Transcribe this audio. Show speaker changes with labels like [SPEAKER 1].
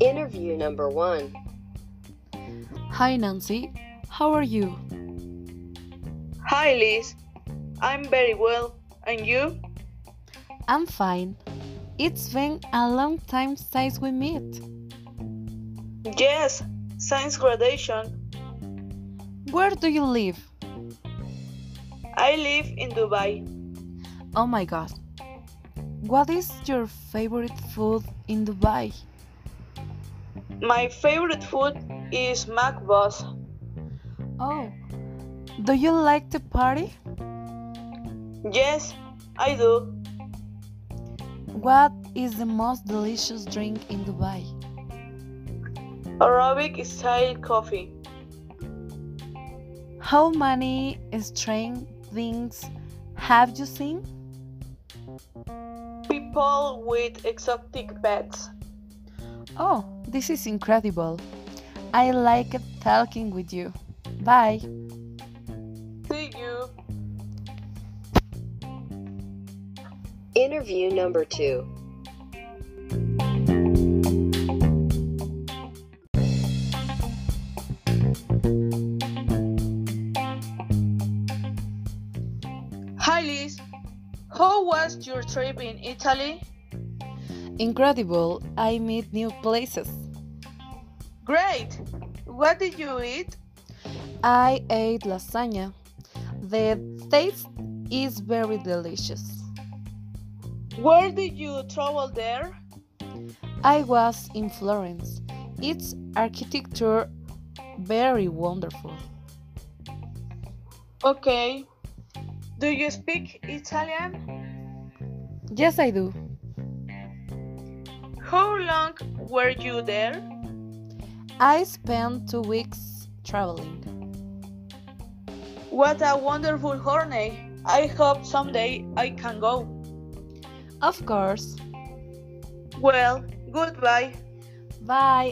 [SPEAKER 1] Interview number one.
[SPEAKER 2] Hi, Nancy. How are you?
[SPEAKER 3] Hi, Liz. I'm very well. And you?
[SPEAKER 2] I'm fine. It's been a long time since we met.
[SPEAKER 3] Yes, science graduation.
[SPEAKER 2] Where do you live?
[SPEAKER 3] I live in Dubai.
[SPEAKER 2] Oh my god. What is your favorite food in Dubai?
[SPEAKER 3] My favorite food is macbos.
[SPEAKER 2] Oh, do you like to party?
[SPEAKER 3] Yes, I do.
[SPEAKER 2] What is the most delicious drink in Dubai?
[SPEAKER 3] Arabic style coffee.
[SPEAKER 2] How many strange things have you seen?
[SPEAKER 3] People with exotic pets.
[SPEAKER 2] Oh, this is incredible. I like talking with you. Bye.
[SPEAKER 3] See you.
[SPEAKER 1] Interview number two.
[SPEAKER 3] Hi, Liz. How was your trip in Italy?
[SPEAKER 2] Incredible. I meet new places.
[SPEAKER 3] Great. What did you eat?
[SPEAKER 2] I ate lasagna. The taste is very delicious.
[SPEAKER 3] Where did you travel there?
[SPEAKER 2] I was in Florence. Its architecture very wonderful.
[SPEAKER 3] Okay. Do you speak Italian?
[SPEAKER 2] Yes, I do.
[SPEAKER 3] How long were you there?
[SPEAKER 2] I spent 2 weeks traveling.
[SPEAKER 3] What a wonderful journey. I hope someday I can go.
[SPEAKER 2] Of course.
[SPEAKER 3] Well, goodbye.
[SPEAKER 2] Bye.